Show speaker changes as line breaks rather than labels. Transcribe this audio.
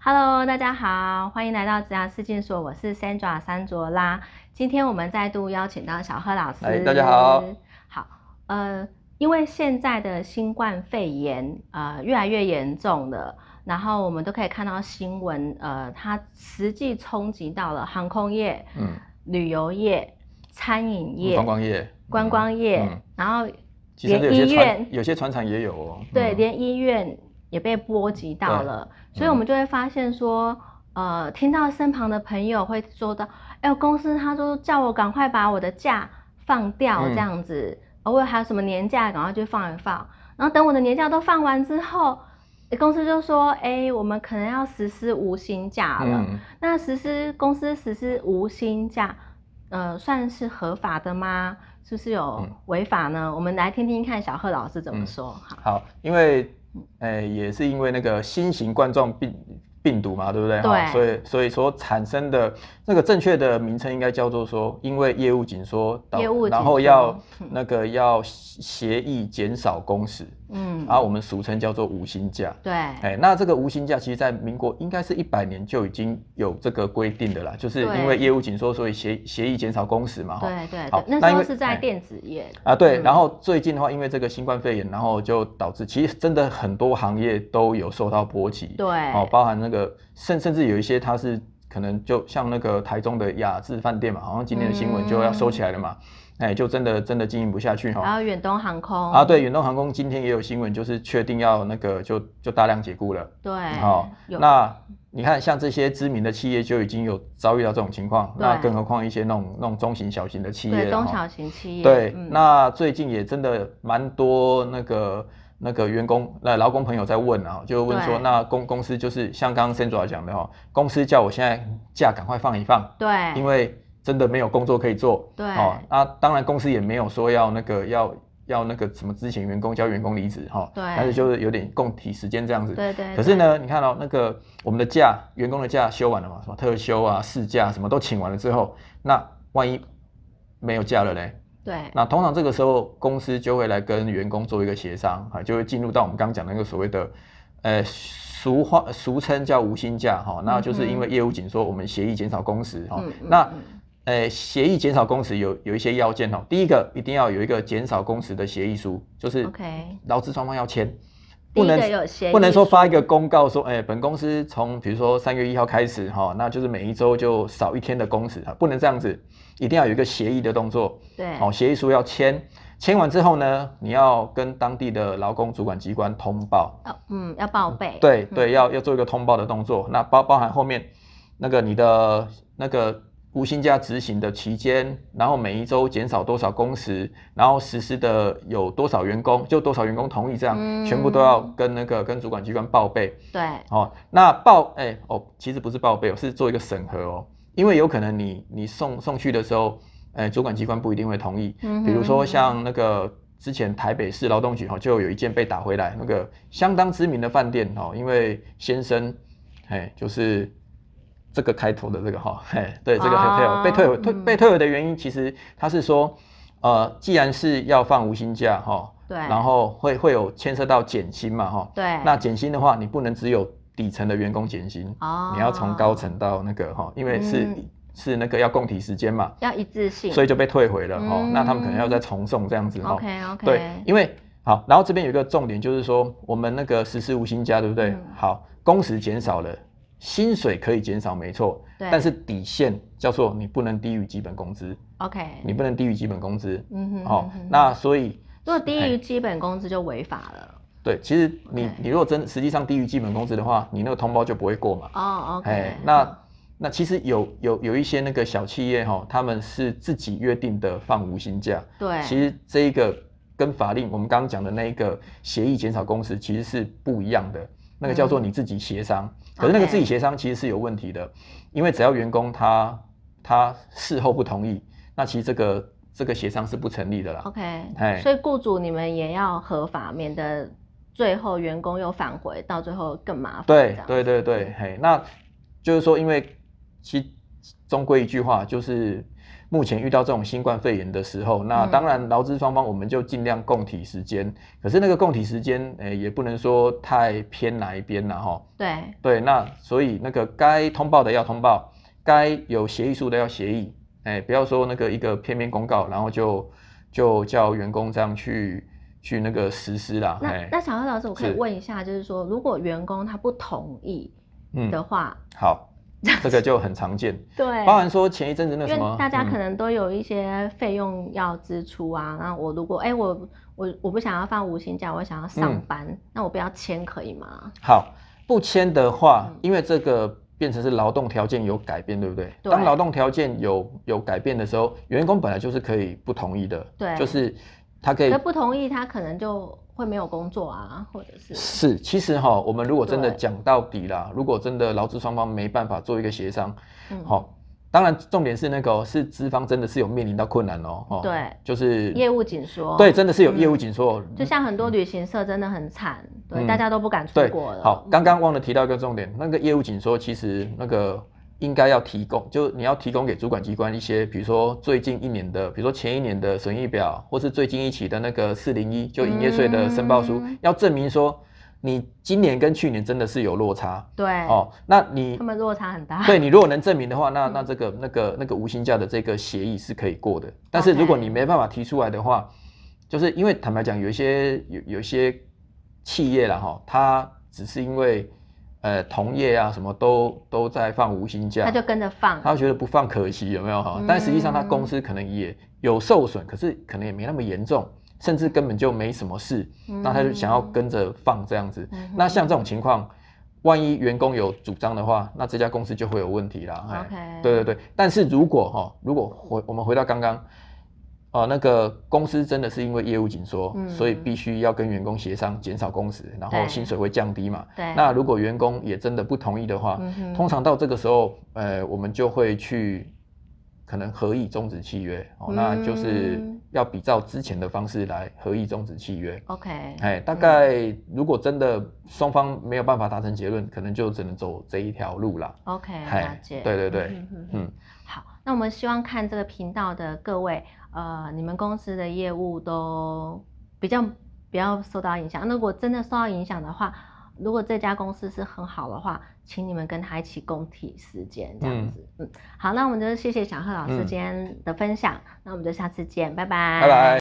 Hello，大家好，欢迎来到职涯试镜所，我是 Sandra 三卓拉。今天我们再度邀请到小贺老师。
哎大家好。
好，呃，因为现在的新冠肺炎呃越来越严重了，然后我们都可以看到新闻，呃，它实际冲击到了航空业、
嗯，
旅游业、餐饮业、
观光业，
观光业，
嗯
然后
其实
连
有
医
些
院
船有些船厂也有哦。
对，
嗯
连医院也被波及到
对嗯
了，所以我们就会发现说，呃，听到身旁的朋友会说到，哎、公司他说叫我赶快把我的假放掉，这
嗯
样子，偶尔还有什么年假，赶快去放一放。然后等我的年假都放完之后，诶公司就说，哎、我们可能要实施无薪假了。
嗯，
那实施公司实施无薪假，呃，算是合法的吗？是不是有
嗯
违法呢？我们来听听看小贺老师怎么说。好。
好，因为呃也是因为那个新型冠状病病毒嘛，对不对？
对
哈所以所以所产生的那个正确的名称应该叫做说，因为业务紧缩导，
业务紧缩
然后要
嗯
那个要协议减少工时，
嗯，
然后我们俗称叫做无薪假。
对，
哎，那这个无薪假其实，在民国应该是一百年就已经有这个规定的啦，就是
对
因为业务紧缩，所以协协议减少工时嘛，哈。
对对对
好，
那
那
时
因
候
为
是在
哎
电子业，
啊，对，
嗯
然后最近的话，因为这个新冠肺炎，然后就导致其实真的很多行业都有受到波及，
对，
哦，包含那个甚甚至有一些它是可能就像那个台中的雅致饭店嘛，好像今天的新闻就要收起来了嘛，
嗯
哎，就真的真的经营不下去哈、
还有远东航空
啊，对，远东航空今天也有新闻，就是确定要那个就就大量解雇了。
对，
好、
哎有
那你看，像这些知名的企业就已经有遭遇到这种情况，
对
那更何况一些那种那种中型、小型的企业
对
了
中
哈
小型企业，
对，
嗯
那最近也真的蛮多那个那个员工、那劳工朋友在问啊，就问说，
对
那公公司就是像刚刚 Sandra 讲的哈，公司叫我现在假赶快放一放，
对，
因为真的没有工作可以做。
对
哦，那当然公司也没有说要那个要要那个什么之前员工叫员工离职哈，
对
但是就是有点共体时间这样子。
对对，
可
对，
是呢，你看到、那个我们的假，员工的假休完了嘛，什么特休啊、事假什么都请完了之后，那万一没有假了嘞？
对
那通常这个时候，公司就会来跟员工做一个协商啊，就会进入到我们刚刚讲的那个所谓的，呃，俗话俗称叫无薪假哈、那就是因为业务紧缩，我们协议减少工时哈、
嗯嗯
哦那
嗯
呃，协议减少工时有有一些要件哦，第一个一定要有一个减少工时的协议书，就是
嗯，OK，
劳资双方要签，
第
不
一
能
个有协
不能
议
说发一
书
个公告说，哎、本公司从比如说三月一号开始哈、那就是每一周就少一天的工时啊，不能这样子，一定要有一个协议的动作。
对，
哦，协议书要签，签完之后呢，你要跟当地的劳工主管机关通报。
要嗯要报备，
对
嗯
对，要要做一个通报的动作。那包包含后面那个你的那个无薪假执行的期间，然后每一周减少多少工时，然后实施的有多少员工，就多少员工同意这样，全部都要
嗯
跟那个跟主管机关报备。
对
哦，那报哎、哦，其实不是报备哦，是做一个审核哦，因为有可能你你送送去的时候，哎、主管机关不一定会同意。
嗯
比如
哼
说像那个之前台北市劳动局哦，就有一件被打回来，那个相当知名的饭店哦，因为先生哎、就是。这个开头的这个哈，嘿，对，这个
啊
hotel、被退回退
嗯
被退回的原因，其实他是说，呃，既然是要放无薪假哈，
对，
然后会会有牵涉到减薪嘛哈，
对，
那减薪的话，你不能只有底层的员工减薪，
哦，
你要从高层到那个哈，因为是、
嗯
是那个要供体时间嘛，
要一致性，
所
以
以就被退回了哈、
嗯
那他们可能要再重送这样子哈。
OK OK，
哦对，因为好，然后这边有一个重点就是说，我们那个实施无薪假，对不对？
嗯
好，工时减少了，薪水可以减少，没错，
对
但是底线叫做你不能低于基本工资，
OK，
你不能低于基本工资。
嗯哼，
哦
嗯，哼
那所以
如果低
哎
于基本工资就违法了，
对，其实你
OK
你如果真实际上低于基本工资的话，你那个通报就不会过嘛。
哦
哎
，OK，，
那那其实有有有一些那个小企业哈、他们是自己约定的放无薪假，
对，
其实这一个跟法令我们刚刚讲的那一个协议减少工时其实是不一样的，那个叫做你自己协商，可是那个
OK
自己协商其实是有问题的，因为只要员工他他事后不同意，那其实这个这个协商是不成立的啦。
OK，
哎
所以雇主你们也要合法，免得最后员工又返回，到最后更麻烦。
对
这样嗯
对对对，嘿，那就是说，因为其终归一句话，就是目前遇到这种新冠肺炎的时候，那
嗯
当然劳资双方我们就尽量共体时间，可是那个共体时间，诶、也不能说太偏哪一边了哈。
对，
对，那所以那个该通报的要通报，该有协议书的要协议，哎，不要说那个一个片面公告，然后就就叫员工这样去去那个实施啦，
那
哎，
那小慧老师，我可以
是
问一下，就是说，如果员工他不同意的
嗯，
话，
好，这个就很常见，
对，
包含说前一阵子那
哎因
什么
为，大家可
嗯
能都有一些费用要支出啊，那我如果哎、我我我不想要放无薪假，我想要上
嗯
班，那我不要签可以吗？
好不签的话
嗯，
因为这个。变成是劳动条件有改变，对不对？
对
当劳动条件有有改变的时候，员工本来就是可以不同意的，
对
就是他可以
那不同意他可能就会没有工作啊，或者是
是，其实哈、我们如果真的
对
讲到底啦，如果真的劳资双方没办法做一个协商，
嗯
好、当然重点是那个哦、是资方真的是有面临到困难哦，哦，，
对
就是
业务嗯紧缩，
对，，真的是有业务紧缩、
就像很多旅行社真的很惨，对，
嗯
大家都不敢出
对
国了。，
好，刚刚忘了提到一个重点，那个业务紧缩其实那个应该要提供，就你要提供给主管机关一些，比如说最近一年的，比如说前一年的损益表，或是最近一期的那个四零一，就营业税的申报书，
嗯
要证明说你今年跟去年真的是有落差。
对，
哦，那你
他们落差很大，
对你如果能证明的话，那那
啊嗯
这个那个那个无薪假的这个协议是可以过的。但是如果
OK
你没办法提出来的话，就是因为坦白讲，有一些有有一些企业啦哈，它只是因为呃同业啊什么都都在放无薪假，
他就嗯跟着放，
他会觉得不放可惜，有没有哈？但实际上他公司可能也有受损，可是可能也没那么严重，甚至根本就没什么事，那他就想要跟着放这样子。
嗯嗯哼
那像这种情况，万一员工有主张的话，那这家公司就会有问题啦。哎
OK，
对对对，但是如果哈、如果回我们回到刚刚，呃，那个公司真的是因为业务紧缩，
嗯
所以必须要跟员工协商减少工时，然后
对
薪水会降低嘛。
对，
那如果员工也真的不同意的话，
嗯哼
通常到这个时候，呃，我们就会去可能合意终止契约哦，那就是
嗯
要比照之前的方式来合意终止契约。
OK，
哎，大概如果真的双方没有办法达成结论，可能就只能走这一条路啦。
OK，
哎
了解。
对对对
嗯哼哼
嗯，
好，那我们希望看这个频道的各位，呃，你们公司的业务都比较不要受到影响。那如果真的受到影响的话，如果这家公司是很好的话，请你们跟他一起共体时间，这样
嗯
子。嗯好，那我们就谢谢小贺老师
嗯
今天的分享，那我们就下次见，拜拜，
拜拜。